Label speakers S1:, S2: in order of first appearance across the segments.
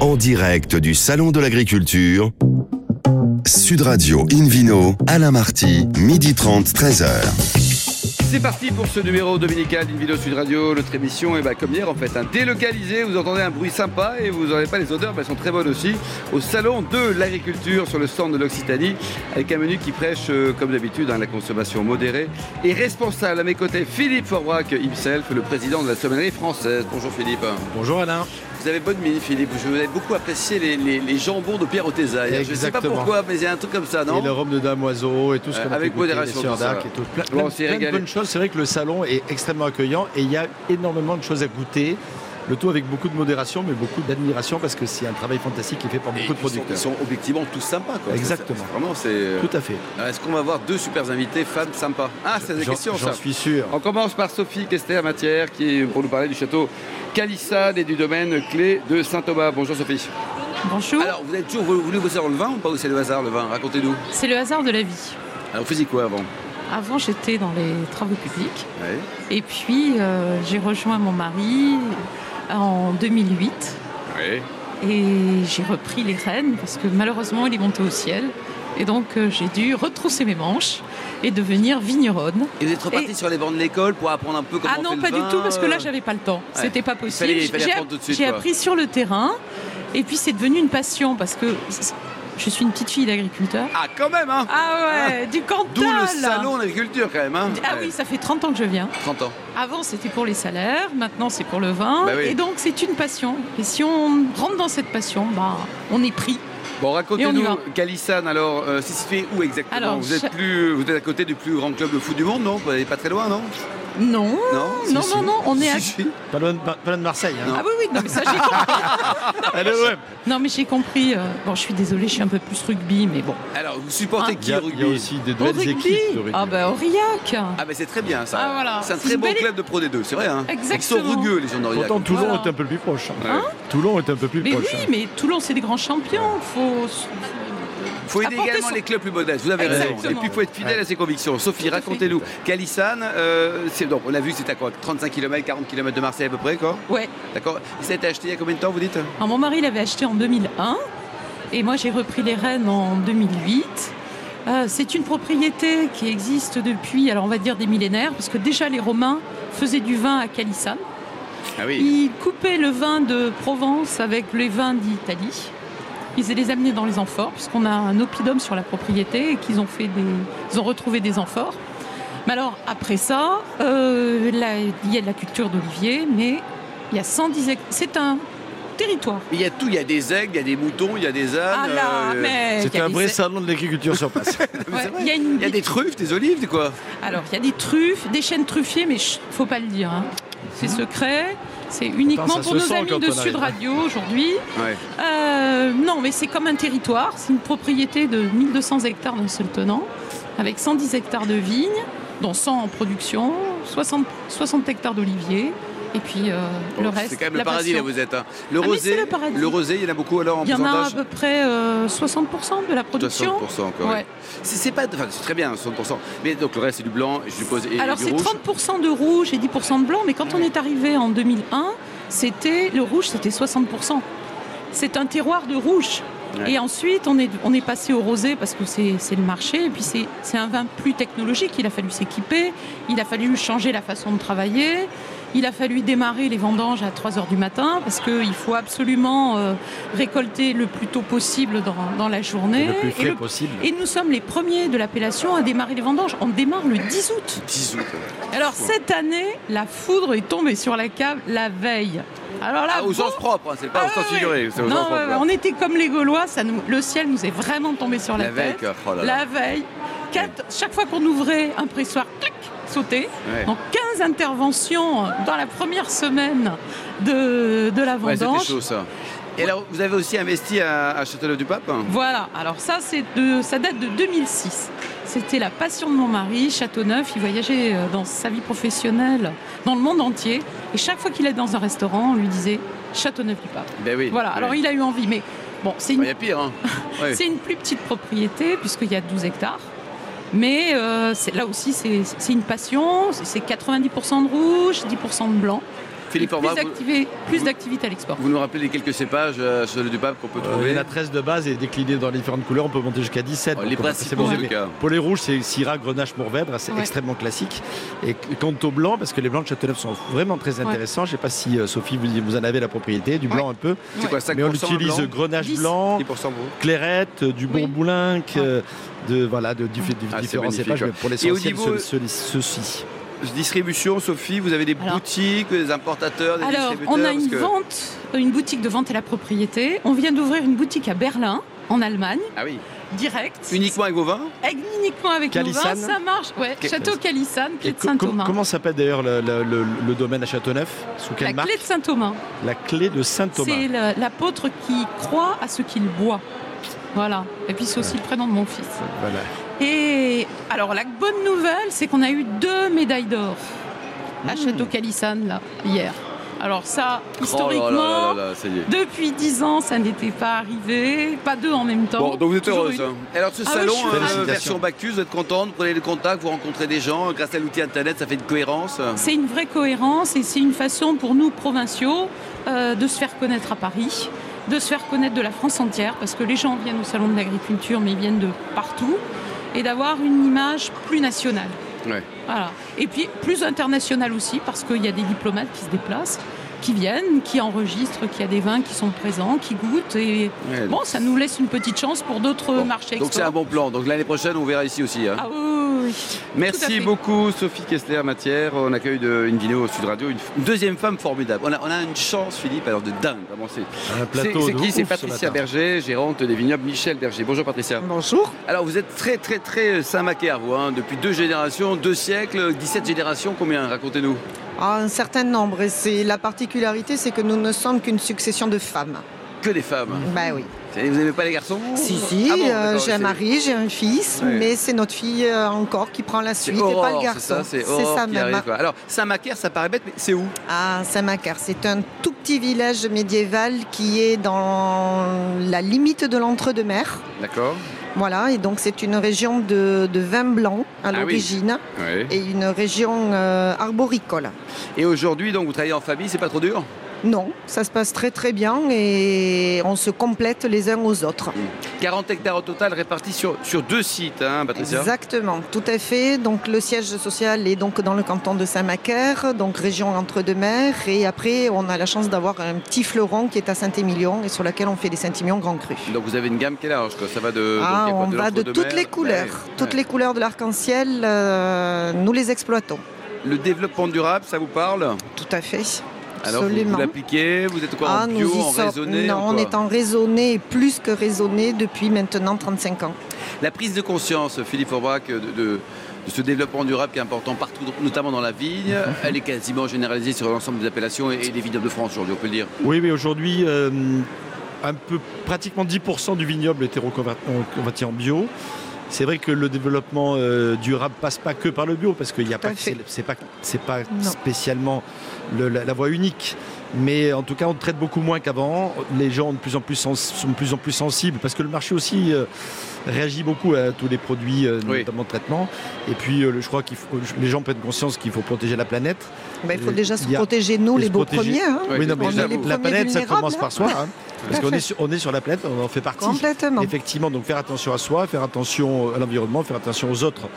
S1: en direct du Salon de l'Agriculture. Sud Radio Invino, Alain Marty, midi 30, 13h.
S2: C'est parti pour ce numéro dominical d'une vidéo Sud Radio. Notre émission est bah, comme hier en fait, un délocalisée. Vous entendez un bruit sympa et vous n'aurez pas les odeurs, mais elles sont très bonnes aussi. Au salon de l'agriculture sur le stand de l'Occitanie, avec un menu qui prêche, euh, comme d'habitude, hein, la consommation modérée et responsable. À mes côtés, Philippe Forbrac himself, le président de la sommellerie française. Bonjour Philippe.
S3: Bonjour Alain.
S2: Vous avez bonne mine, Philippe. Je vous ai beaucoup apprécié les, les- les jambons de Pierre Oteza. Je ne sais pas
S3: Exactement.
S2: pourquoi, mais il y a un truc comme ça, non
S3: et le rhum de dame oiseau et tout ce
S2: Euh,
S3: qu'on a
S2: avec
S3: fait goûter,
S2: modération,
S3: les sœurs
S2: tout ça.
S3: d'Arc et tout. Plein,
S2: Bon, on
S3: plein-
S2: s'est
S3: plein de
S2: régalé.
S3: bonnes choses. C'est vrai que le salon est extrêmement accueillant et il y a énormément de choses à goûter. Le tout avec beaucoup de modération, mais beaucoup d'admiration parce que c'est un travail fantastique qui est fait par
S2: Et
S3: beaucoup de
S2: ils sont-
S3: producteurs.
S2: Ils sont objectivement tous sympas. Quoi.
S3: Exactement.
S2: C'est- euh, c'est Vraiment, c'est.
S3: Tout à fait.
S2: Alors, Ah, Est-ce qu'on va avoir deux super invités, femmes sympas Ah, c'est des
S3: J'en-
S2: questions,
S3: J'en
S2: ça.
S3: suis sûr.
S2: On commence par Sophie Kester Matière qui est pour nous parler du château Calissade et du domaine clé de Saint-Thomas. Bonjour Sophie.
S4: Bonjour.
S2: Alors, vous avez toujours voulu voulu bosser dans le vin ou pas ou c'est le hasard le vin Racontez-nous.
S4: C'est le hasard de la vie.
S2: Alors, vous faisiez quoi avant
S4: Avant, j'étais dans les travaux publics. Et puis, euh, j'ai rejoint mon mari en 2008.
S2: Oui.
S4: Et j'ai repris les rênes parce que malheureusement, il est monté au ciel. Et donc, euh, j'ai dû retrousser mes manches et devenir vigneronne.
S2: Et vous êtes reparti
S4: Et-
S2: sur les bancs de l'école pour apprendre un peu comment
S4: ah
S2: on
S4: non,
S2: fait le
S4: pas
S2: vin,
S4: du tout, parce que là,
S2: euh,
S4: j'avais pas le temps.
S2: Ouais.
S4: C'était pas
S2: Il
S4: possible.
S2: fallait- il fallait
S4: J'ai-
S2: apprendre tout de suite,
S4: J'ai
S2: quoi.
S4: appris sur le terrain. Et puis, c'est devenu une passion parce que je suis une petite fille d'agriculteur.
S2: Ah, quand même, hein
S4: Ah ouais, du Cantal
S2: D'où le salon d'agriculture, quand même, hein
S4: Ah
S2: Ouais,
S4: oui, ça fait 30 ans que je viens.
S2: 30 ans.
S4: Avant, c'était pour les salaires, maintenant, c'est pour le vin.
S2: Bah oui.
S4: Et donc, c'est une passion. Et si on rentre dans cette passion, bah, on est pris.
S2: Bon,
S4: Et on y
S2: racontez-nous,
S4: va.
S2: Calissane, alors, euh, c'est situé où exactement
S4: Alors,
S2: vous, êtes
S4: cha-
S2: plus, vous êtes à côté du plus grand club de foot du monde, non Vous n'allez pas très loin, non
S4: Non,
S2: Non
S4: non,
S2: Si,
S4: non,
S2: si.
S4: non, on est à...
S2: Si, si.
S3: Pas loin de, pas loin de Marseille. hein.
S2: Non.
S4: Ah oui, oui, non, mais ça, j'ai compris.
S3: Allez, ouais.
S4: Non, mais j'ai compris. euh, Bon, je suis désolée, je suis un peu plus rugby, mais bon.
S2: Alors, vous supportez
S4: Ah.
S2: qui
S3: Il y, a,
S2: au rugby
S3: il y a aussi des
S4: Au
S3: belles
S4: rugby
S3: équipes de rugby.
S4: Ah bah, Aurillac
S2: Ah, mais c'est très bien ça.
S4: Ah, voilà.
S2: C'est un
S4: C'est
S2: très
S4: une
S2: bon
S4: belle
S2: club de Pro D2, c'est vrai. Hein
S4: Exactement.
S2: Ils sont rugueux, les gens d'Aurillac.
S3: Pourtant, Toulon
S4: Voilà.
S3: est un peu plus proche. hein.
S4: Hein
S3: Toulon est un peu plus
S4: Mais
S3: proche.
S4: oui,
S3: hein.
S4: mais Toulon, c'est des grands champions. Faut...
S2: Il faut aider
S4: Apportez
S2: également
S4: son-
S2: les clubs plus modestes, vous avez raison.
S4: Exactement.
S2: Et puis, il faut être fidèle
S3: Ouais.
S2: à ses convictions. Sophie,
S4: Tout à fait.
S2: racontez-nous. Calissane, euh, c'est- donc, on a vu que c'était à quoi 35 km, 40 km de Marseille à peu près, quoi
S4: Ouais.
S2: D'accord Ça a été acheté il y a combien de temps, vous dites
S4: Alors, mon mari l'avait acheté en 2001 et moi j'ai repris les rênes en 2008. Euh, c'est une propriété qui existe depuis, alors on va dire des millénaires, parce que déjà les Romains faisaient du vin à Calissane.
S2: Ah oui.
S4: Ils coupaient le vin de Provence avec les vins d'Italie. Ils les amenaient dans les amphores, puisqu'on a un oppidum sur la propriété et qu'ils ont, fait des... ils ont retrouvé des amphores. Mais alors, après ça, euh, là, il y a de la culture d'olivier, mais il y a 110 hectares. C'est un territoire.
S2: Mais Il y a tout, il y a des aigles, il y a des moutons, il y a des ânes.
S4: Ah là,
S2: euh,
S4: mais il
S3: C'est
S4: y a
S3: un
S4: des-
S3: vrai salon de l'agriculture sur place.
S2: mais c'est
S4: Ouais,
S2: vrai.
S4: il y a une-
S2: Il y a des truffes, des olives, des quoi
S4: Alors, il y a des truffes, des chaînes truffiers, mais chut, faut pas le dire. hein. C'est secret. C'est uniquement
S3: ça
S4: pour
S3: se
S4: nos
S3: sent
S4: amis
S3: quand
S4: de
S3: on arrive.
S4: Sud Radio aujourd'hui.
S2: Ouais.
S4: Euh, non, mais c'est comme un territoire. C'est une propriété de 1200 hectares d'un seul tenant, avec 110 hectares de vignes, dont 100 en production, 60, 60 hectares d'oliviers, et puis euh,
S2: Bon,
S4: le reste.
S2: C'est quand même
S4: la
S2: le paradis
S4: passion.
S2: là vous êtes. hein. Le,
S4: Ah, mais
S2: rosé,
S4: c'est le paradis.
S2: rosé, il y en a beaucoup alors en
S4: Il y en a à
S2: pourcentage
S4: peu près euh, 60% de la production.
S2: 60% quoi.
S4: Ouais.
S2: C'est c'est pas, enfin, c'est très bien 60%. Mais donc le reste c'est du blanc, je suppose, et
S4: Alors
S2: du
S4: c'est
S2: rouge.
S4: 30% de rouge et 10% de blanc, mais quand on est arrivé en 2001, c'était le rouge, c'était 60%. C'est un terroir de rouge.
S2: Ouais.
S4: Et ensuite, on est, on est passé au rosé parce que c'est c'est le marché. Et puis, c'est c'est un vin plus technologique. Il a fallu s'équiper. Il a fallu changer la façon de travailler. Il a fallu démarrer les vendanges à 3 heures du matin parce qu'il faut absolument euh, récolter le plus tôt possible dans, dans la journée.
S3: le plus
S4: et,
S3: frais
S4: le-
S3: possible.
S4: et nous sommes les premiers de l'appellation à démarrer les vendanges. On démarre le 10 août.
S2: 10 août.
S4: Alors cette année, la foudre est tombée sur la cave la veille. Alors là,
S2: Ah, au
S4: bon-
S2: sens propre, hein, c'est pas
S4: Ah
S2: au sens
S4: ouais, ouais.
S2: figuré. c'est au
S4: Non,
S2: sens propre,
S4: ouais,
S2: là.
S4: on était comme les Gaulois, ça nous- le ciel nous est vraiment tombé sur la,
S2: La veille,
S4: tête.
S2: quoi. Oh là là.
S4: La veille, Quatre- chaque fois qu'on ouvrait un pressoir, clic, sauter.
S2: Ouais.
S4: Donc 15 interventions dans la première semaine de, de la
S2: Ouais, c'était
S4: vendange.
S2: chaud ça. Et alors vous avez aussi investi à, à Châteauneuf-du-Pape hein
S4: Voilà, alors ça, c'est de, ça date de 2006. C'était la passion de mon mari, Châteauneuf. Il voyageait euh, dans sa vie professionnelle dans le monde entier. Et chaque fois qu'il allait dans un restaurant, on lui disait Châteauneuf du Pape.
S2: Ben oui.
S4: Voilà,
S2: oui.
S4: alors il a eu envie. Mais bon, c'est
S2: Bah,
S4: une,
S2: il y a pire hein. Ouais.
S4: c'est une plus petite propriété, puisqu'il y a 12 hectares. Mais euh, c'est- là aussi, c'est c'est une passion. C'est- C'est 90% de rouge, 10% de blanc.
S2: Philippe
S4: et
S2: Orbach,
S4: plus
S2: vous-
S4: d'activi- plus d'activité à l'export.
S2: Vous nous rappelez les quelques cépages, euh, ceux du pape qu'on peut
S3: Euh, Il y
S2: trouver
S3: en a 13 de base et décliné dans les différentes couleurs, on peut monter jusqu'à 17.
S2: Oh,
S3: donc
S2: Les
S3: on va passer
S2: principaux en
S3: manger,
S2: tout
S3: mais
S2: cas.
S3: Pour les rouges, c'est Syrah, Grenache, Mourvèdre, c'est
S4: Ouais.
S3: extrêmement classique. Et quant au blanc, parce que les blancs de Châteauneuf sont vraiment très
S4: Ouais.
S3: intéressants, je ne sais pas si euh, Sophie, vous, vous en avez la propriété, du blanc un peu,
S2: C'est quoi 5%
S3: mais on utilise
S2: blanc,
S3: Grenache
S4: Dix.
S3: blanc,
S2: 10% brun
S3: Clairette, euh, du
S4: Oui.
S3: Bourboulinque,
S4: Ouais.
S3: euh, de, voilà, de, diffé- de
S2: Ah, c'est
S3: différents
S2: magnifique,
S3: cépages,
S2: ouais.
S3: mais pour l'essentiel,
S2: niveau- euh,
S3: ce- ce- ceci.
S2: Distribution, Sophie, vous avez des
S4: Alors.
S2: boutiques, des importateurs, des
S4: Alors,
S2: distributeurs
S4: on a
S2: parce
S4: une
S2: que-
S4: vente, une boutique de vente à la propriété. On vient d'ouvrir une boutique à Berlin, en Allemagne,
S2: Ah oui,
S4: direct.
S2: uniquement avec vos vins
S4: Avec- Uniquement avec nos vins,
S3: Calissan.
S4: ça marche. Ouais,
S2: Ok.
S4: Château Calissane, clé
S3: Et
S4: de
S3: co- com-
S4: Saint-Thomas.
S3: comment s'appelle d'ailleurs le, le- le- le domaine à Châteauneuf Sous quelle
S4: La
S3: marque
S4: clé de Saint-Thomas,
S3: La clé de Saint-Thomas.
S4: c'est le- l'apôtre qui croit à ce qu'il boit. Voilà. Et puis c'est aussi le prénom de mon fils.
S3: Voilà.
S4: Et alors la bonne nouvelle, c'est qu'on a eu deux médailles d'or à Château Calissane là hier. Alors ça, historiquement,
S2: Hmm. Oh là là là là, ça y est.
S4: depuis dix ans, ça n'était pas arrivé, pas deux en même temps.
S2: Bon, donc vous êtes
S4: Toujours
S2: heureuse.
S4: une-
S2: hein. Alors ce
S4: Ah oui,
S2: salon,
S4: je suis
S2: euh,
S3: Félicitations.
S2: version Bacchus, vous êtes contente, vous prenez le contact, vous rencontrez des gens, grâce à l'outil Internet, ça fait une cohérence.
S4: C'est une vraie cohérence et c'est une façon pour nous provinciaux euh, de se faire connaître à Paris, de se faire connaître de la France entière, parce que les gens viennent au salon de l'agriculture, mais ils viennent de partout, et d'avoir une image plus nationale.
S2: Ouais.
S4: Voilà. Et puis plus internationale aussi, parce qu'il y a des diplomates qui se déplacent, qui viennent, qui enregistrent, qu'il y a des vins qui sont présents, qui goûtent, et
S2: Ouais,
S4: bon, ça nous laisse une petite chance pour d'autres
S2: Bon.
S4: marchés
S2: donc c'est un
S4: export.
S2: bon plan. Donc l'année prochaine, on verra ici aussi. hein.
S4: Ah oui, oui. tout à
S2: Merci
S4: fait.
S2: beaucoup Sophie Kessler Matière. On accueille de, une vidéo au Sud Radio, une, une deuxième femme formidable. On a, on a une chance Philippe, alors de dingue. Vraiment, c'est
S3: Un
S2: c'est-
S3: plateau
S2: c'est
S3: de
S2: qui C'est
S3: ouf ce
S2: Patricia
S3: matin.
S2: Berger, gérante des vignobles Michel Berger. Bonjour Patricia.
S5: Bonjour.
S2: Alors vous êtes très très très Saint-Macaire vous, hein. depuis deux générations, deux siècles, 17 générations, combien Racontez-nous.
S5: Ah, un certain nombre. Et c'est la particularité, c'est que nous ne sommes qu'une succession de femmes.
S2: Que des femmes.
S5: Bah oui.
S2: C'est- Vous n'aimez pas les garçons
S5: Si, si.
S2: Ah bon,
S5: euh,
S2: d'accord,
S5: j'ai un
S2: c'est-
S5: mari, j'ai un fils,
S2: Ouais.
S5: mais c'est notre fille euh, encore qui prend la
S2: C'est
S5: suite et
S2: Aurore,
S5: pas le
S2: c'est
S5: garçon.
S2: ça, c'est Aurore
S5: ça
S2: qui
S5: même.
S2: arrive, quoi. Alors, Saint-Macaire, ça paraît bête, mais c'est où
S5: Ah, Saint-Macaire, c'est un tout petit village médiéval qui est dans la limite de l'entre-deux-mers.
S2: D'accord.
S5: Voilà, et donc c'est une région de, de vin blanc à
S2: Ah oui.
S5: l'origine et une région euh, arboricole.
S2: Et aujourd'hui, donc, vous travaillez en famille, c'est pas trop dur
S5: Non, ça se passe très très bien et on se complète les uns aux autres.
S2: 40 hectares au total répartis sur, sur deux sites, hein, Patricia
S5: Exactement, tout à fait. Donc le siège social est donc dans le canton de Saint-Macaire, donc région Entre-deux-Mers. Et après, on a la chance d'avoir un petit fleuron qui est à Saint-Émilion et sur laquelle on fait des Saint-Émilion Grand Cru.
S2: Donc, vous avez une gamme qui est large, quoi. Ça va de.
S5: Ah,
S2: Euh, donc, il y a quoi,
S5: on va de toutes
S2: l'entre-deux-mer
S5: les couleurs,
S2: Ouais,
S5: toutes
S2: ouais.
S5: les couleurs de l'arc-en-ciel, euh, nous les exploitons.
S2: Le développement durable, ça vous parle
S5: Tout à fait,
S2: Alors, vous- vous,
S5: absolument.
S2: l'appliquez Vous êtes quoi
S5: Ah,
S2: En
S5: nous
S2: bio,
S5: y
S2: en
S5: sommes.
S2: raisonné
S5: Non,
S2: en
S5: on
S2: quoi
S5: est en raisonné et plus que raisonné depuis maintenant 35 ans.
S2: La prise de conscience, Philippe Aubrac, de, de- de ce développement durable qui est important partout, notamment dans la vigne, elle est quasiment généralisée sur l'ensemble des appellations et, et des vignobles de France aujourd'hui, on peut le dire.
S3: Oui, oui, aujourd'hui, euh, un peu, pratiquement 10% du vignoble était reconverti en bio. C'est vrai que le développement euh, durable passe pas que par le bio, parce qu'il n'y a
S5: Tout à
S3: pas, que-
S5: fait.
S3: c'est c'est pas, c'est pas
S5: Non.
S3: spécialement le- la, la voie unique. Mais en tout cas, on traite beaucoup moins qu'avant. Les gens ont de plus en plus sens- sont de plus en plus sensibles, parce que le marché aussi euh, réagit beaucoup à tous les produits, euh,
S2: Oui.
S3: notamment de traitement. Et puis, euh, le- je crois qu'il faut- les gens prennent conscience qu'il faut protéger la planète.
S5: Ben, il faut
S3: Et
S5: déjà se
S3: il y a-
S5: protéger, nous,
S3: et
S5: les
S3: se
S5: beaux
S3: protéger.
S5: premiers. hein.
S2: Ouais,
S3: Oui, non,
S2: on
S3: mais
S2: est
S3: la,
S2: les
S3: la
S5: premiers
S3: planète, ça
S5: vulnérables,
S3: commence
S5: hein.
S3: par soi. hein. parce qu'on est, sur- on est sur la planète, on en fait partie.
S5: Complètement.
S3: Effectivement, donc faire attention à soi, faire attention à l'environnement, faire attention aux autres.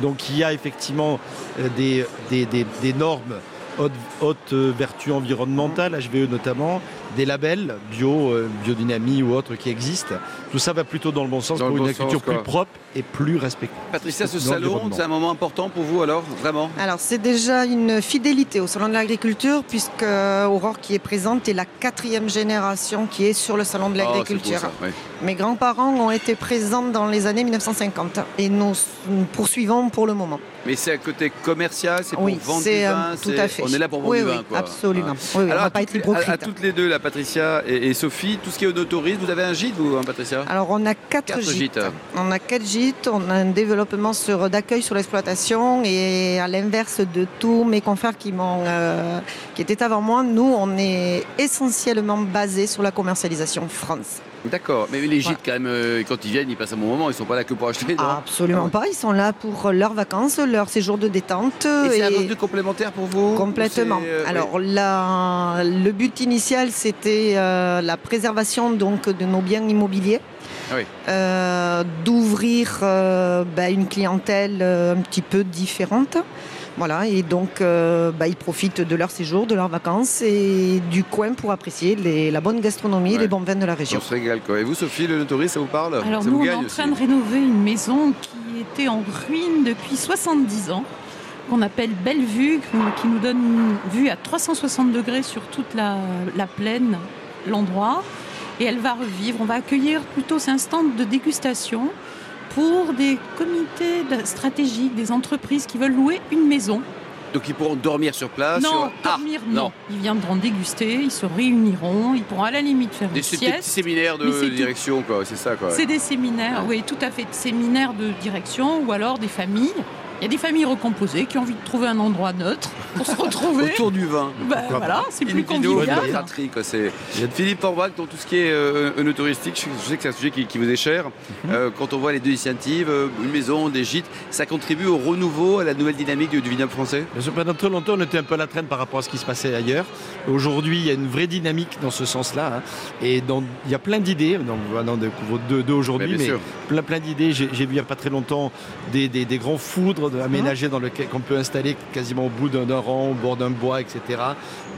S3: Donc il y a effectivement euh, des, des, des- des normes haute, haute euh, vertu
S2: Mm.
S3: environnementale, HVE notamment, des labels bio, euh, biodynamie ou autres qui existent. Tout ça va plutôt dans le bon sens
S2: Dans
S3: pour
S2: le
S3: une
S2: bon
S3: agriculture
S2: sens, quoi.
S3: plus propre et plus respectée.
S2: Patricia, ce
S3: Dans
S2: salon,
S3: l'environnement.
S2: c'est un moment important pour vous alors, vraiment
S5: Alors, c'est déjà une fidélité au Salon de l'Agriculture, puisque euh, Aurore qui est présente est la quatrième génération qui est sur le Salon de
S2: Oh, c'est beau,
S5: l'Agriculture.
S2: ça, ouais.
S5: Mes grands-parents ont été présents dans les années 1950 et nous s- nous poursuivons pour le moment.
S2: Mais c'est à côté commercial, c'est pour
S5: oui,
S2: vendre du
S5: c'est euh,
S2: vin.
S5: tout
S2: c'est-
S5: à fait.
S2: On est là pour vendre
S5: oui,
S2: du
S5: oui,
S2: vin. quoi.
S5: Absolument.
S2: Ouais.
S5: Oui, oui, on
S2: Alors,
S5: ne
S2: à
S5: va pas
S2: toutes
S5: être
S2: les- à-
S5: hypocrite.
S2: à, toutes les deux, la Patricia et, et Sophie, tout ce qui est autorise, vous avez un gîte, vous, hein, Patricia
S5: Alors, on a quatre,
S2: Quatre
S5: Ah, gîtes.
S2: gîtes. euh,
S5: On a quatre gîtes, on a un développement sur- d'accueil sur l'exploitation et à l'inverse de tous mes confrères qui, m'ont, euh, qui étaient avant moi, nous, on est essentiellement basé sur la commercialisation France.
S2: D'accord. Mais les gîtes, quand même, euh, quand ils viennent, ils passent un bon moment. Ils sont pas là que pour acheter. non
S5: Ah, absolument pas. Ils sont là pour leurs vacances, leur séjour de détente.
S2: Et c'est un
S5: et-
S2: revenu complémentaire pour vous
S5: Complètement.
S2: C'est, euh,
S5: Alors
S2: oui.
S5: la- le but initial, c'était euh, la préservation donc de nos biens immobiliers,
S2: Ah oui.
S5: Euh, d'ouvrir euh, bah, une clientèle euh, un petit peu différente. Voilà, et donc euh, bah, ils profitent de leur séjour, de leurs vacances et du coin pour apprécier les- la bonne gastronomie et
S2: Ouais.
S5: les bons vins de la région.
S2: on se régale quoi. Et vous, Sophie, le tourisme, ça vous parle
S4: Alors
S2: Ça
S4: nous,
S2: vous
S4: on est
S2: gagne
S4: en
S2: aussi. hein.
S4: train de rénover une maison qui était en ruine depuis 70 ans, qu'on appelle Belle Vue, qui nous donne une vue à 360 degrés sur toute la, la plaine, l'endroit. Et elle va revivre. On va accueillir plutôt c'est un stand de dégustation pour des comités de- stratégiques, des entreprises qui veulent louer une maison.
S2: Donc ils pourront dormir sur place
S4: non,
S2: sur... Ah,
S4: dormir, non.
S2: non.
S4: Ils viendront déguster, ils se réuniront, ils pourront à la limite faire
S2: Des
S4: une
S2: c'est des petits
S4: sieste.
S2: séminaires
S4: Mais
S2: de
S4: c'est tout.
S2: direction, quoi. C'est ça, quoi.
S4: C'est des séminaires, oui, tout à fait, des séminaires de direction ou alors des familles. Il y a des familles recomposées qui ont envie de trouver un endroit neutre pour se retrouver.
S2: Autour du vin.
S4: Bah,
S3: Pourquoi pas.
S4: voilà, c'est plus
S2: Une vidéo,
S4: convivial.
S2: une fratrie, quoi. C'est Philippe Forbach, dans tout ce qui est euh, euh, touristique, je je sais que c'est un sujet qui, qui vous est cher. Euh, quand on voit les deux initiatives, euh, une maison, des gîtes, ça contribue au renouveau, à la nouvelle dynamique du, du vignoble français
S3: Bien sûr, Pendant très longtemps, on était un peu à la traîne par rapport à ce qui se passait ailleurs. Aujourd'hui, il y a une vraie dynamique dans ce sens-là. hein. Et dans- il y a plein d'idées. Donc, voilà, on découvre deux, deux aujourd'hui,
S2: Ouais,
S3: mais,
S2: bien sûr.
S3: plein, plein d'idées. J'ai j'ai vu il n'y a pas très longtemps des, des- des grands foudres de-
S2: Ah.
S3: aménagés dans lequel qu'on peut installer quasiment au bout d'un d'un rang, au bord d'un bois, etc.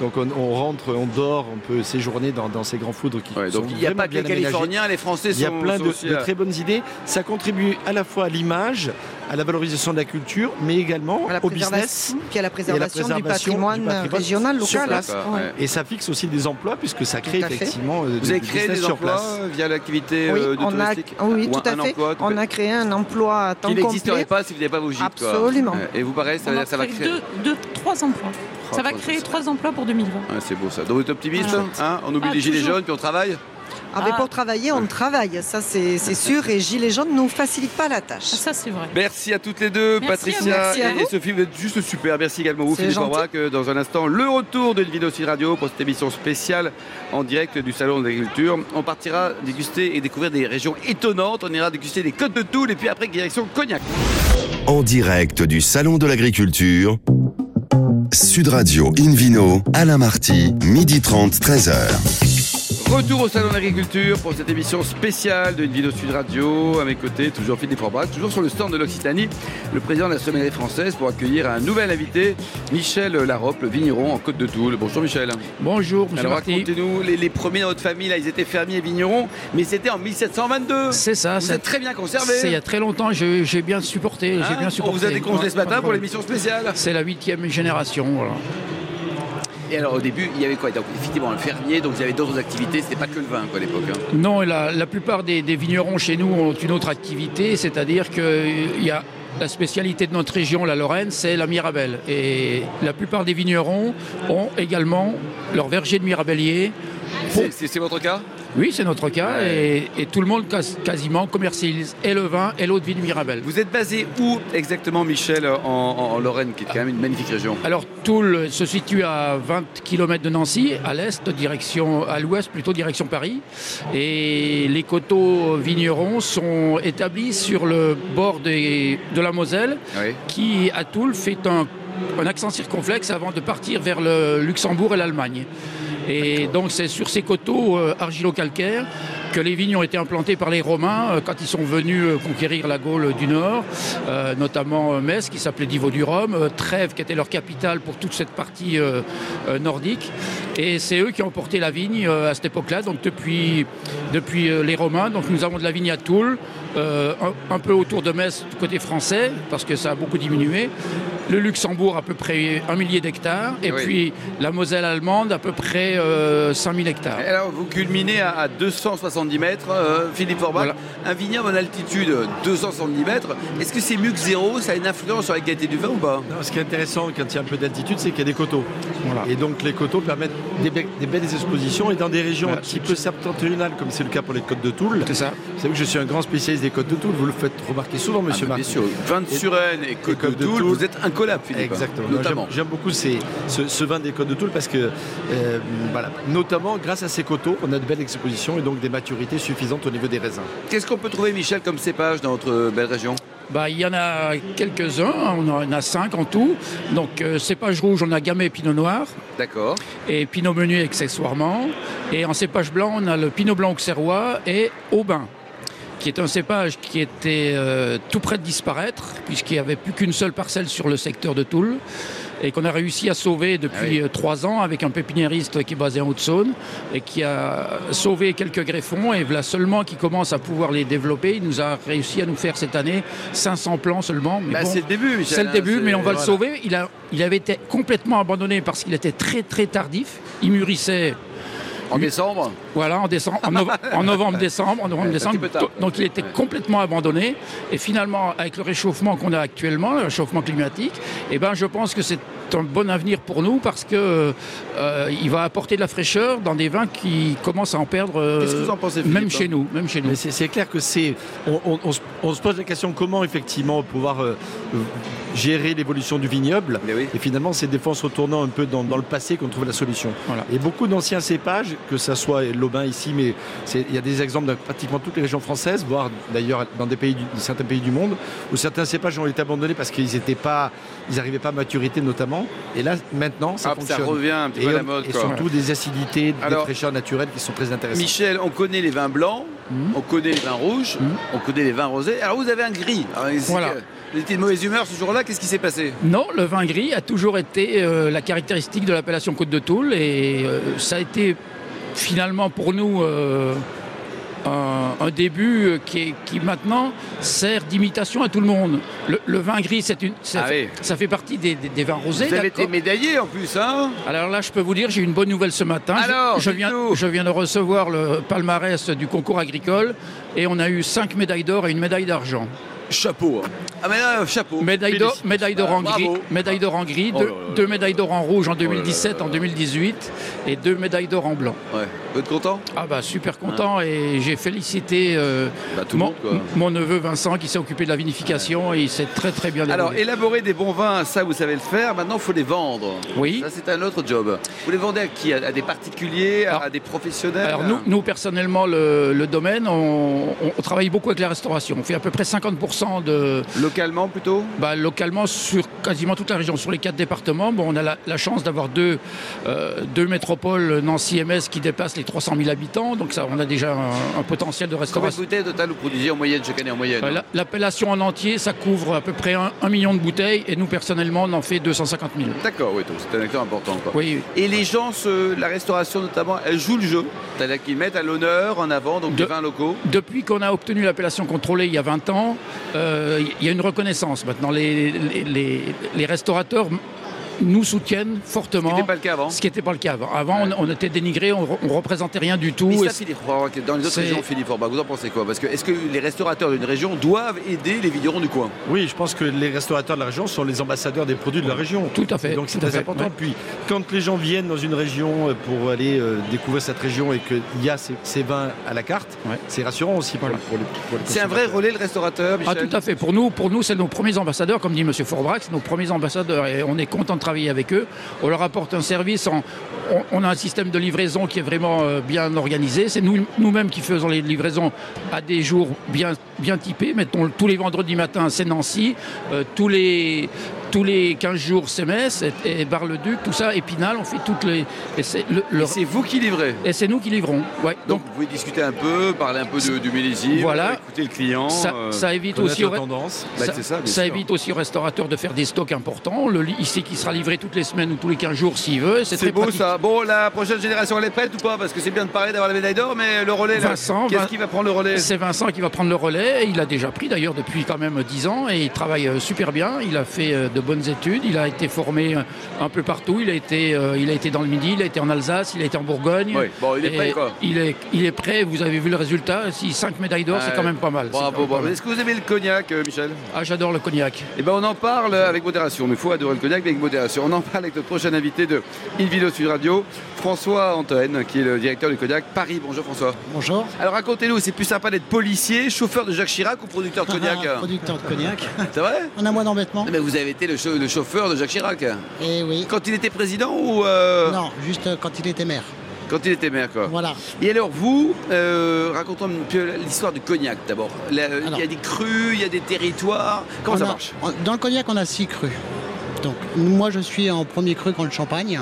S3: Donc on, on rentre, on dort, on peut séjourner dans, dans ces grands foudres qui
S2: Ouais,
S3: sont
S2: Donc il n'y a
S3: vraiment
S2: pas que
S3: bien
S2: les
S3: aménagés.
S2: Californiens, les Français sont
S3: Il y a plein
S2: sont
S3: de,
S2: aussi euh,
S3: de
S2: à-
S3: très bonnes idées. Ça contribue à la fois à l'image, à la valorisation de la culture, mais également
S5: À la
S3: au
S5: préservation,
S3: business.
S5: puis à la préservation,
S3: préservation
S5: du, patrimoine
S3: du patrimoine
S5: régional,
S3: sur
S5: local.
S3: place,
S2: quoi,
S5: Ouais.
S2: ouais.
S3: Et ça fixe aussi des emplois puisque ça crée
S5: à fait.
S3: effectivement euh,
S2: Vous
S3: du
S2: avez créé
S3: business
S2: des
S3: sur
S2: emplois
S3: place.
S2: via l'activité
S5: Oui,
S2: euh, de
S5: on a,
S2: touristique
S5: oui,
S2: Ou
S5: tout
S2: un-
S5: à
S2: un
S5: fait.
S2: emploi, tout
S5: on a créé un emploi à temps
S2: qui
S5: complet.
S2: n'existerait pas si vous n'aviez pas vos gîtes. quoi.
S5: Absolument.
S2: Ouais. Et vous pareil, ça,
S4: On en
S2: ça va
S4: crée
S2: créer.
S4: deux, deux- trois emplois.
S2: Oh,
S4: ça va
S2: trois
S4: créer
S2: emplois.
S4: trois emplois pour 2020.
S2: Ouais, c'est beau ça. Donc vous êtes optimiste,
S4: Ah,
S2: hein on oublie
S4: Ah,
S2: les gilets
S4: toujours.
S2: jaunes, puis on travaille.
S5: Ah, mais
S4: Ah.
S5: pour travailler, on travaille, ça c'est c'est sûr, et Gilets jaunes ne nous facilite pas la tâche.
S4: Ah, ça, c'est vrai.
S2: Merci à toutes les deux,
S4: Merci
S2: Patricia
S5: à vous. Merci à
S2: et,
S5: vous.
S2: et Sophie, vous êtes juste super. Merci également à vous,
S5: C'est
S2: Philippe
S5: gentil.
S2: Orbach. Euh, Dans un instant, le retour de Vidéo Sud Radio pour cette émission spéciale en direct du Salon de l'Agriculture. On partira déguster et découvrir des régions étonnantes. On ira déguster les Côtes de Toul et puis après, direction Cognac.
S1: En direct du Salon de l'Agriculture, Sud Radio Invino, Alain Marty, midi 30, 13h.
S2: Retour au Salon de l'Agriculture pour cette émission spéciale de Une Vidéo Sud Radio. À mes côtés, toujours Philippe Forbach, toujours sur le stand de l'Occitanie, le président de la Sommellerie française pour accueillir un nouvel invité, Michel Larope, le vigneron en Côte de Toul. Bonjour Michel.
S6: Bonjour, monsieur
S2: Alors
S6: Marty.
S2: racontez-nous, les, les premiers dans votre famille, là, ils étaient fermiers et vignerons, mais c'était en 1722.
S6: C'est ça,
S2: Vous
S6: c'est-
S2: êtes très bien
S6: c'est il y
S2: conservé. Hein
S6: a très longtemps, j'ai j'ai bien supporté. j'ai bien
S2: on
S6: supporté.
S2: vous a décongelé ce
S6: Ouais,
S2: matin
S6: pas de
S2: pour
S6: problème.
S2: l'émission spéciale.
S6: C'est la huitième génération. voilà.
S2: Et alors au début, il y avait quoi Donc, Effectivement, le fermier, donc vous avez d'autres activités, c'était pas que le vin quoi, à l'époque. hein.
S6: Non, la, la plupart des, des vignerons chez nous ont une autre activité, c'est-à-dire que euh, il y a la spécialité de notre région, la Lorraine, c'est la Mirabelle. Et la plupart des vignerons ont également leur verger de Mirabellier. Pour-
S2: C'est- C'est c'est votre cas
S6: Oui, c'est notre cas.
S2: Ouais.
S6: Et, et tout le monde quas- quasiment commercialise et le vin et l'eau de vie de Mirabelle.
S2: Vous êtes basé où exactement, Michel, en, en- en Lorraine, qui est quand même une magnifique région
S6: Alors Toul se situe à 20 km de Nancy, à l'est, direction à l'ouest plutôt direction Paris. Et les coteaux vignerons sont établis sur le bord des- de la Moselle,
S2: Oui.
S6: qui à Toul fait un, un accent circonflexe avant de partir vers le Luxembourg et l'Allemagne. Et donc c'est sur ces coteaux euh, argilo-calcaires que les vignes ont été implantées par les Romains euh, quand ils sont venus euh, conquérir la Gaule du Nord, euh, notamment euh, Metz qui s'appelait Divo du Rhum, euh, Trèves qui était leur capitale pour toute cette partie euh, euh, nordique. Et c'est eux qui ont porté la vigne euh, à cette époque-là, donc depuis, depuis euh, les Romains. Donc nous avons de la vigne à Toul, euh, un, un peu autour de Metz du côté français, parce que ça a beaucoup diminué. Le Luxembourg à peu près un millier d'hectares, et
S2: Oui.
S6: puis la Moselle allemande à peu près euh, 5000 hectares.
S2: Alors, vous culminez à, à 270 mètres, euh, Philippe Forbach.
S6: Voilà.
S2: Un vignoble en altitude, euh, 270 mètres. Est-ce que c'est mieux que zéro Ça a une influence sur la qualité du vin ou pas
S3: Non, ce qui est intéressant quand il y a un peu d'altitude, c'est qu'il y a des coteaux.
S6: Voilà.
S3: Et donc les coteaux permettent des, be- des belles expositions et dans des régions
S6: Voilà.
S3: un petit peu septentrionales, comme c'est le cas pour les côtes de Toul.
S6: C'est ça.
S3: Vous savez que je suis un grand spécialiste des côtes de Toul, vous le faites remarquer souvent, monsieur
S2: Ah, mais
S3: Marc.
S2: Bien sûr, Vin de Suresnes et Côte de
S3: Côte de
S2: Toul,
S3: Toul.
S2: vous êtes collabs, Philippe.
S3: Exactement.
S2: Notamment.
S3: J'aime- J'aime beaucoup ces- ce, ce vin des Côtes de Toul parce que, euh, voilà, notamment grâce à ces coteaux, on a de belles expositions et donc des maturités suffisantes au niveau des raisins.
S2: Qu'est-ce qu'on peut trouver, Michel, comme cépage dans notre belle région
S6: Bah, il y en a quelques-uns, on en a cinq en tout. Donc, euh, cépage rouge, on a Gamay Pinot Noir
S2: D'accord.
S6: et Pinot Meunier accessoirement. Et en cépage blanc, on a le Pinot Blanc auxerrois et Aubin, qui est un cépage qui était euh, tout près de disparaître, puisqu'il n'y avait plus qu'une seule parcelle sur le secteur de Toul, et qu'on a réussi à sauver depuis
S2: Ah oui.
S6: euh, trois ans avec un pépiniériste qui est basé en Haute-Saône, et qui a sauvé quelques greffons, et voilà seulement qui commence à pouvoir les développer. Il nous a réussi à nous faire cette année 500 plants seulement. mais
S2: Bah,
S6: bon,
S2: c'est le début, Michel.
S6: c'est le
S2: hein,
S6: début,
S2: c'est-
S6: mais on va le
S2: voilà.
S6: sauver. Il, a, il avait été complètement abandonné parce qu'il était très très tardif. Il mûrissait
S2: En décembre
S6: voilà, en, décembre, en, nove- en novembre, décembre, en novembre,
S2: Ouais, un
S6: décembre.
S2: petit peu tard.
S6: Donc il était
S2: Ouais.
S6: complètement abandonné. Et finalement, avec le réchauffement qu'on a actuellement, le réchauffement climatique, eh ben, je pense que c'est un bon avenir pour nous parce que euh, il va apporter de la fraîcheur dans des vins qui commencent à en perdre. euh,
S3: Qu'est-ce que vous en pensez, Philippe
S6: Même chez nous, même chez nous.
S3: Mais c'est c'est clair que c'est. On, on- on se- on se pose la question comment, effectivement, pouvoir euh, euh, gérer l'évolution du vignoble.
S2: Mais oui.
S3: Et finalement, c'est des fois en se retournant un peu dans, dans le passé qu'on trouve la solution.
S6: Voilà.
S3: Et beaucoup d'anciens cépages, que ça soit l'Aubin ici, mais c'est- il y a des exemples dans pratiquement toutes les régions françaises, voire d'ailleurs dans des pays du- certains pays du monde, où certains cépages ont été abandonnés parce qu'ils n'étaient pas, ils n'arrivaient pas à maturité notamment. Et là, maintenant, ça
S2: Hop, ça
S3: fonctionne.
S2: revient un petit
S3: et,
S2: peu à la
S3: on-
S2: mode.
S3: et
S2: quoi.
S3: surtout des acidités, des
S2: Alors,
S3: fraîcheurs naturelles qui sont très intéressantes.
S2: Michel, on connaît les vins blancs, on connaît les vins rouges,
S6: Mhm.
S2: on connaît les vins rosés. Alors vous avez un gris. Alors, c'est
S6: Voilà.
S2: que Vous étiez de mauvaise humeur ce jour-là, qu'est-ce qui s'est passé
S6: Non, le vin gris a toujours été euh, la caractéristique de l'appellation Côte de Toul et euh, ça a été finalement pour nous euh, un, un début euh, qui, est- qui maintenant sert d'imitation à tout le monde. Le, le vin gris, c'est une, ça,
S2: Ah
S6: fait,
S2: oui.
S6: ça fait partie des, des- des vins rosés.
S2: Vous avez été
S6: d'accord
S2: médaillé en plus, hein
S6: Alors là, je peux vous dire, j'ai une bonne nouvelle ce matin. Je-
S2: Alors,
S6: je, viens,
S2: dites-nous.
S6: je viens de recevoir le palmarès du concours agricole et on a eu cinq médailles d'or et une médaille d'argent.
S2: Chapeau. hein. Ah mais là, euh, chapeau.
S6: Médaille d'or,
S2: Félicitations.
S6: médaille d'or en
S2: Bah,
S6: gris,
S2: bravo.
S6: médaille d'or en gris,
S2: Oh
S6: deux,
S2: là là là
S6: deux
S2: là.
S6: médailles d'or en rouge en
S2: là là
S6: 2017,
S2: là
S6: en
S2: là.
S6: 2018 et deux médailles d'or en blanc.
S2: Ouais. Vous êtes content
S6: Ah bah super content et j'ai félicité euh,
S2: Bah, tout le
S6: mon,
S2: monde, quoi.
S6: mon neveu Vincent qui s'est occupé de la vinification et il s'est très très bien
S2: Alors,
S6: débrouillé.
S2: élaborer des bons vins, ça vous savez le faire, maintenant il faut les vendre.
S6: Oui.
S2: Ça c'est un autre job. Vous les vendez à qui À à des particuliers, à-
S6: Alors-
S2: à des professionnels
S6: Alors nous, nous personnellement, le, le domaine, on, on- on travaille beaucoup avec la restauration. On fait à peu près 50% de,
S2: Euh, Localement plutôt
S6: Bah, localement, sur quasiment toute la région, sur les quatre départements, bon, on a la, la chance d'avoir deux, euh, deux métropoles, euh, Nancy et Metz, qui dépassent les 300 000 habitants. Donc ça, on a déjà un, un potentiel de
S2: Combien de
S6: restauration.
S2: bouteilles au total vous produisez en moyenne chaque année en moyenne
S6: Euh, la- L'appellation en entier, ça couvre à peu près un, un million de bouteilles et nous, personnellement, on en fait 250 000.
S2: D'accord, oui, donc c'est un acteur important. Quoi.
S6: Oui,
S2: Et les gens, ce- la restauration notamment, elle joue le jeu. C'est-à-dire qu'ils mettent à l'honneur, en avant, donc des
S6: De-
S2: vins locaux.
S6: Depuis qu'on a obtenu l'appellation contrôlée il y a 20 ans, euh, il y a une reconnaissance maintenant. Les, les- les- les restaurateurs m- nous soutiennent fortement.
S2: n'était pas le cas avant.
S6: Ce qui n'était pas le cas avant. Avant,
S2: Ouais.
S6: on, on était dénigré, on, re- on représentait rien du tout.
S2: Mais
S6: Et
S2: ça, Philippe Forbach, dans les autres
S6: c'est-
S2: régions, Philippe Forbach, vous en pensez quoi Parce que est-ce que les restaurateurs d'une région doivent aider les vignerons du coin
S3: Oui, je pense que les restaurateurs de la région sont les ambassadeurs des produits de la région.
S6: Tout à fait.
S3: Et donc c'est
S6: tout à
S3: très
S6: fait.
S3: important.
S6: Ouais.
S3: Puis quand les gens viennent dans une région euh, pour aller euh, découvrir cette région et qu'il y a ces, ces vins à la carte,
S6: Ouais.
S3: c'est rassurant aussi pour,
S6: Voilà.
S3: pour les, pour les
S2: C'est un vrai
S3: consommateurs.
S2: relais, le restaurateur,
S6: Ah,
S2: Michel
S6: tout à fait. Pour nous, pour nous c'est nos premiers ambassadeurs, comme dit M. Forbrax, c'est nos premiers ambassadeurs et on est content de travailler avec eux. On leur apporte un service, en- on, on a un système de livraison qui est vraiment euh, bien organisé. C'est nous- nous-mêmes qui faisons les livraisons à des jours bien, bien typés. Mettons, tous les vendredis matin, c'est Nancy, euh, tous, les, tous les 15 jours, c'est Metz et, et Bar-le-Duc, tout ça, Épinal, on fait toutes les. Et c'est le- le-
S2: Et c'est vous qui livrez
S6: et c'est nous qui livrons. Ouais.
S2: donc, vous pouvez discuter un peu, parler un peu de- du millésime,
S6: Voilà.
S2: écouter le client.
S6: ça,
S2: euh,
S6: ça évite
S3: Connaître
S6: aussi
S3: la
S6: au-
S3: tendance.
S2: bah, c'est ça, bien sûr.
S6: évite aussi aux restaurateurs de faire des stocks importants. Le, il sait qu'il sera livré toutes les semaines ou tous les 15 jours s'il veut. C'est
S2: C'est
S6: très
S2: beau
S6: pratique.
S2: ça. Bon, la prochaine génération, elle est prête ou pas Parce que c'est bien de parler d'avoir la médaille d'or, mais le relais, là,
S6: Vincent,
S2: qu'est-ce
S6: Vin-
S2: qui va prendre le relais
S6: C'est Vincent qui va prendre le relais. Il a déjà pris d'ailleurs depuis quand même 10 ans et il travaille euh, super bien. Il a fait euh, de bonnes études. Il a été formé euh, un peu partout. Il a été, euh, il a été dans le Midi, il a été en Alsace, il a été en Bourgogne.
S2: Oui. Bon, il est
S6: Et Ah,
S2: prêt quoi.
S6: il est, il est prêt. Vous avez vu le résultat. Si 5 médailles d'or, c'est
S2: Ouais.
S6: quand même pas mal. C'est quand
S2: Bravo,
S6: même pas
S2: bravo.
S6: mal.
S2: Est-ce que vous aimez le cognac, euh, Michel
S6: Ah, j'adore le cognac.
S2: Eh ben, on en parle avec modération. Mais il faut adorer le cognac, mais avec modération. On en parle avec notre prochain invité de Invino Sud Radio, François Antoine, qui est le directeur du cognac Paris. Bonjour François.
S7: Bonjour.
S2: Alors racontez-nous, c'est plus sympa d'être policier, chauffeur de Jacques Chirac ou producteur de cognac
S6: Ah,
S7: producteur de cognac.
S2: C'est vrai
S7: On a moins d'embêtements.
S2: Non, mais Eh ben, vous avez été été le, chau- le chauffeur de Jacques Chirac.
S7: Et Eh oui.
S2: Quand il était président ou euh,
S7: Non, juste euh, quand il était maire.
S2: quand il était maire quoi.
S7: Voilà.
S2: Et alors vous, euh, racontons un peu l'histoire du cognac d'abord. La- euh, Il y a
S7: Alors.
S2: des crues, il y a des territoires. Comment
S7: On
S2: ça
S7: a-
S2: marche
S7: on- Dans le cognac, on a six crus. Donc, moi, je suis en premier cru quand le champagne,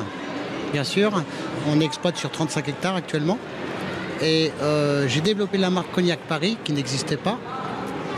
S7: bien sûr. On exploite sur 35 hectares actuellement. Et euh, j'ai développé la marque Cognac Paris, qui n'existait pas.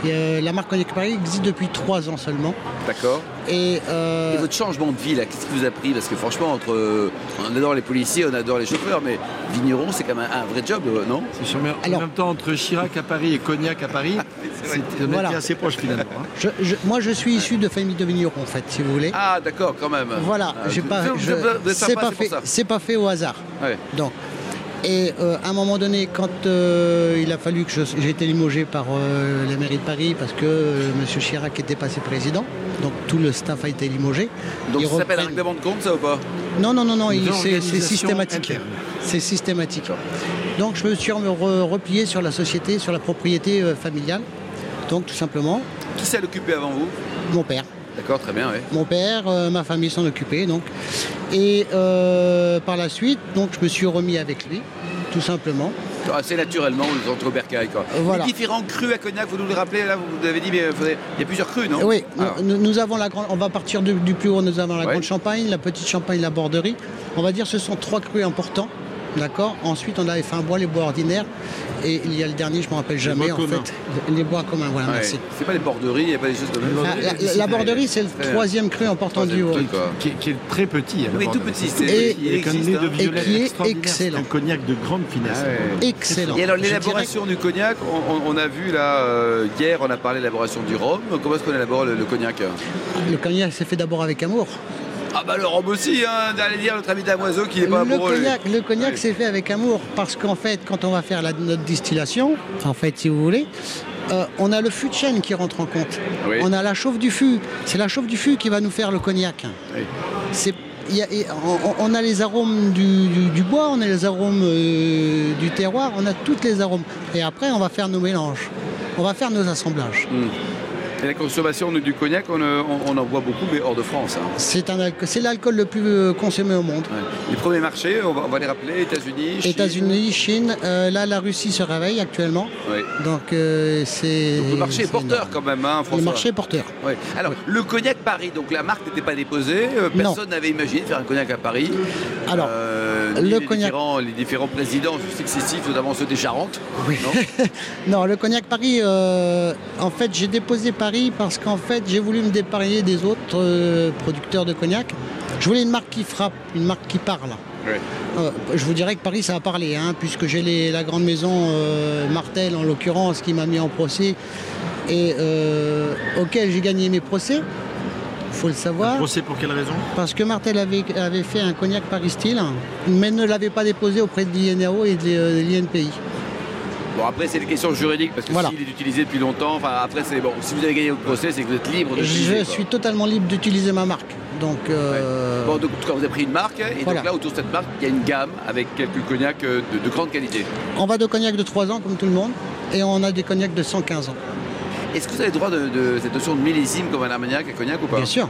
S7: Et, euh, la marque Cognac Paris existe depuis trois ans seulement.
S2: D'accord.
S7: Et, euh,
S2: Et votre changement de vie là, qu'est-ce qui vous a pris Parce que franchement, entre euh, on adore les policiers, on adore les chauffeurs, mais vigneron c'est quand même un, un vrai job, euh, non
S3: C'est sûr, mais en
S7: Alors-
S3: même temps, entre Chirac à Paris et Cognac à
S6: Ah,
S3: Paris, c'est on
S7: Voilà.
S3: était assez proche finalement. hein.
S7: je- je- moi, je suis issu de famille de vignerons, en fait, si vous voulez.
S2: Ah d'accord, quand même.
S7: Voilà,
S2: Ah,
S7: j'ai
S2: vous-
S7: pas,
S2: vous-
S7: je-
S2: vous êtes
S7: c'est
S2: sympa,
S7: pas
S2: c'est
S7: fait,
S2: pour ça.
S7: c'est pas fait au hasard.
S2: Ouais.
S7: Donc, et euh, à un moment donné, quand euh, il a fallu que je- j'ai été limogé par euh, la mairie de Paris parce que euh, M. Chirac était passé président, donc tout le staff a été limogé.
S2: Donc
S7: Ils
S2: ça s'appelle un
S7: reprennent-
S2: règlement de compte, ça ou pas
S7: Non, non, non, non,
S3: Une
S7: il- c'est- c'est
S3: réorganisation
S7: systématique.
S3: interne.
S7: C'est systématique. Donc je me suis re- replié sur la société, sur la propriété euh, familiale. Donc tout simplement,
S2: Qui s'est occupé avant vous
S7: mon père.
S2: D'accord, très bien, oui.
S7: Mon père, euh, ma famille s'en occupait donc. Et euh, par la suite, donc je me suis remis avec lui, tout simplement.
S2: Assez naturellement, nous entre au bercail, quoi.
S7: Euh, Voilà.
S2: Les différents crus à Cognac, vous nous le rappelez, là, vous nous avez dit, mais euh, faudrait- il y a plusieurs crus, non
S7: Oui,
S2: Ah.
S7: nous, nous avons la grande. On va partir du, du plus haut. Nous avons la
S2: Ouais.
S7: grande Champagne, la petite Champagne, la Borderie. On va dire, ce sont trois crus importants. D'accord. Ensuite, on a les fins bois, les bois ordinaires, et il y a le dernier, je ne me rappelle jamais
S3: bois
S7: en
S3: communs.
S7: fait. Les bois communs. Voilà,
S2: Ouais.
S7: merci.
S2: C'est pas les borderies, il n'y a pas des choses comme
S7: Ah,
S2: ça.
S7: la, la- la Borderie, c'est le
S2: Très bien.
S7: troisième cru important du haut.
S2: truc, quoi.
S3: Qui, est, qui est très petit. à la
S2: Oui,
S3: bande
S2: tout
S3: avec-
S2: petit, c'est-
S7: Et-
S2: il
S3: Avec un
S2: existe,
S3: nez
S2: hein.
S3: de violet
S7: Et qui est
S3: extraordinaire. C'est
S7: excellent.
S3: un cognac de grande finesse.
S2: Ah ouais.
S7: Excellent.
S2: Et alors
S7: Je dirais-
S2: l'élaboration du cognac, on, on- on a vu là, euh, hier on a parlé de l'élaboration du rhum, comment est-ce qu'on élabore le, le cognac
S7: Le cognac s'est fait d'abord avec amour.
S2: Ah bah le rhum aussi, hein, d'aller dire notre ami damoiseau qu'il n'est pas
S7: le
S2: amoureux. lui.
S7: cognac, le cognac,
S2: Ouais.
S7: c'est fait avec amour parce qu'en fait, quand on va faire la, notre distillation, en fait, si vous voulez, euh, on a le fût de chêne qui rentre en compte.
S2: Oui.
S7: On a la chauffe du fût. C'est la chauffe du fût qui va nous faire le cognac.
S2: Oui.
S7: C'est- il y a- et on, on a les arômes du, du- du bois, on a les arômes euh, du terroir, on a tous les arômes. Et après, on va faire nos mélanges. On va faire nos assemblages.
S2: Mm. Et la consommation du cognac, on, euh, on- on en boit beaucoup, mais hors de France. hein.
S7: C'est un alco- c'est l'alcool le plus euh, consommé au monde.
S2: Ouais. Les premiers marchés, on va, on va les rappeler, États-Unis, Chine.
S7: États-Unis, Chine, euh, là la Russie se réveille actuellement.
S2: Ouais.
S7: Donc euh, c'est.
S2: Donc, le marché est
S7: c'est
S2: porteur
S7: énorme.
S2: quand même, hein, François.
S7: Le marché est porteur.
S2: Ouais. Alors, le cognac Paris, donc la marque n'était pas déposée, euh,
S7: Non.
S2: personne n'avait imaginé de faire un cognac à Paris.
S7: Alors,
S2: Euh,
S7: le
S2: ni les,
S7: cognac-
S2: différents, les différents présidents successifs, notamment ceux des Charentes.
S7: Oui.
S2: Non
S7: Non, le cognac Paris, euh, en fait, j'ai déposé Paris parce qu'en fait, j'ai voulu me dépareiller des autres euh, producteurs de cognac. Je voulais une marque qui frappe, une marque qui parle.
S2: Ouais.
S7: Euh, je vous dirais que Paris, ça a parlé, hein, puisque j'ai les- la grande maison euh, Martel, en l'occurrence, qui m'a mis en procès et euh, auquel j'ai gagné mes procès. Faut le savoir.
S3: Procès pour quelle raison
S7: Parce que Martel avait, avait fait un cognac Paris Style, mais ne l'avait pas déposé auprès de l'INAO et de euh, de l'INPI.
S2: Bon, après, c'est des questions juridiques, parce que
S7: Voilà.
S2: s'il est utilisé depuis longtemps, enfin, après, c'est bon. Si vous avez gagné votre procès, c'est que vous êtes libre de l'utiliser,
S7: Je
S2: quoi.
S7: suis totalement libre d'utiliser ma marque. Donc, euh,
S2: Bon, donc, en tout cas, vous avez pris une marque, et
S7: Voilà.
S2: donc là, autour de cette marque, il y a une gamme avec quelques cognacs euh, de, de grande qualité.
S7: on va de cognac de 3 ans, comme tout le monde, et on a des cognacs de 115 ans.
S2: Est-ce que vous avez le droit de, de cette notion de millésime comme un armagnac, un cognac ou pas
S7: Bien sûr.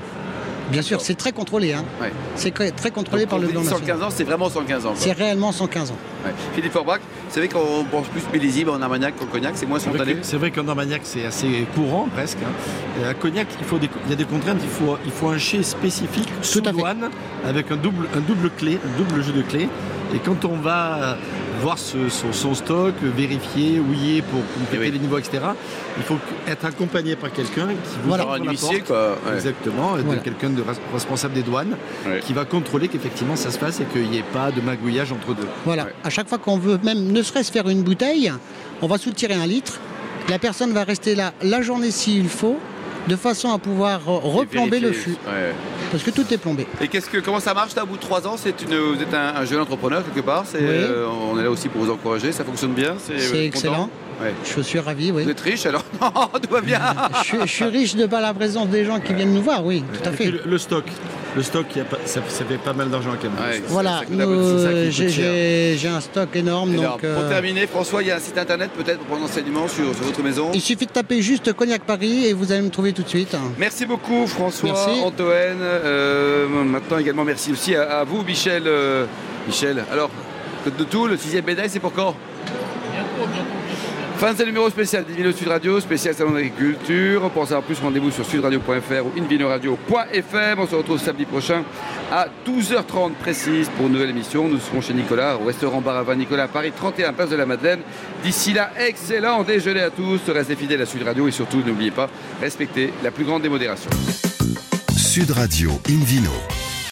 S7: Bien sûr, c'est très contrôlé. hein.
S2: Ouais.
S7: C'est cr- très contrôlé
S2: Donc,
S7: par
S2: quand
S7: le
S2: vous
S7: blanc
S2: dites
S7: national.
S2: 115 ans, c'est vraiment 115 ans. quoi.
S7: C'est réellement 115 ans.
S2: Ouais. Philippe Forbach, vous savez qu'on pense plus millésime en armagnac qu'en cognac, c'est moins
S3: C'est vrai
S2: spontané.
S3: que- C'est vrai qu'en Armagnac, c'est assez courant presque. hein. Et À Cognac, il, faut des, il y a des contraintes, il faut, il faut un chai spécifique sous
S7: à fait.
S3: douane avec un double, un double clé, un double jeu de clés. Et quand on va euh, voir ce- son, son stock, vérifier, ouiller pour compléter
S2: oui.
S3: les niveaux, etc., il faut être accompagné par quelqu'un qui vous
S7: Voilà.
S3: ouvre
S2: Alors, un
S3: la
S2: huissier,
S3: porte.
S2: quoi. ouais.
S3: Exactement, de
S7: Voilà.
S3: quelqu'un de ras- responsable des douanes
S2: Ouais.
S3: qui va contrôler qu'effectivement ça se passe et qu'il n'y ait pas de magouillage entre deux.
S7: Voilà.
S2: Ouais.
S7: À chaque fois qu'on veut, même ne serait-ce faire une bouteille, on va soutirer un litre. La personne va rester là la journée s'il faut, de façon à pouvoir euh,
S2: Et
S7: replomber le
S2: vérifier,
S7: fût.
S2: ouais.
S7: Parce que tout est plombé.
S2: Et qu'est-ce que, comment ça marche là, au bout de 3 ans c'est une, Vous êtes un, un jeune entrepreneur quelque part, c'est,
S7: Oui.
S2: euh, on est là aussi pour vous encourager, ça fonctionne bien vous êtes
S7: C'est
S2: content
S7: excellent.
S2: Ouais.
S7: Je suis ravi,
S2: Vous
S7: oui. Ah,
S2: êtes riche alors Non, tout va bien
S7: Je, suis- je suis riche de par la présence des gens qui viennent nous voir, oui, tout à
S3: Et puis,
S7: fait.
S3: le, le stock, le stock, il y a pas- ça, ça fait pas mal d'argent quand même.
S2: Ouais.
S7: Voilà,
S2: ça coûte un peu de six sacs,
S7: nous,
S2: il coûte
S7: j'ai-
S2: cher.
S7: j'ai j'ai un stock énorme.
S2: Et alors,
S7: donc,
S2: pour
S7: euh,
S2: terminer, François, il y a un site internet peut-être pour prendre enseignement sur, sur votre maison.
S7: il suffit de taper juste Cognac Paris et vous allez me trouver tout de suite.
S2: Merci beaucoup François,
S7: Merci.
S2: Antoine. Euh, maintenant également merci aussi à, à vous Michel. euh, Michel, alors, Côte de tout, le sixième médaille, c'est pour quand Fin de ce numéro spécial d'Invino Sud Radio, spécial Salon d'agriculture. Pour en savoir plus, rendez-vous sur sudradio.fr ou invinoradio.fr. On se retrouve samedi prochain à 12h30 précise pour une nouvelle émission. Nous serons chez Nicolas, au restaurant Bar à Vin Nicolas à Paris, 31 place de la Madeleine. D'ici là, excellent déjeuner à tous. Restez fidèles à Sud Radio et surtout, n'oubliez pas, respectez la plus grande démodération.
S1: Sud Radio Invino.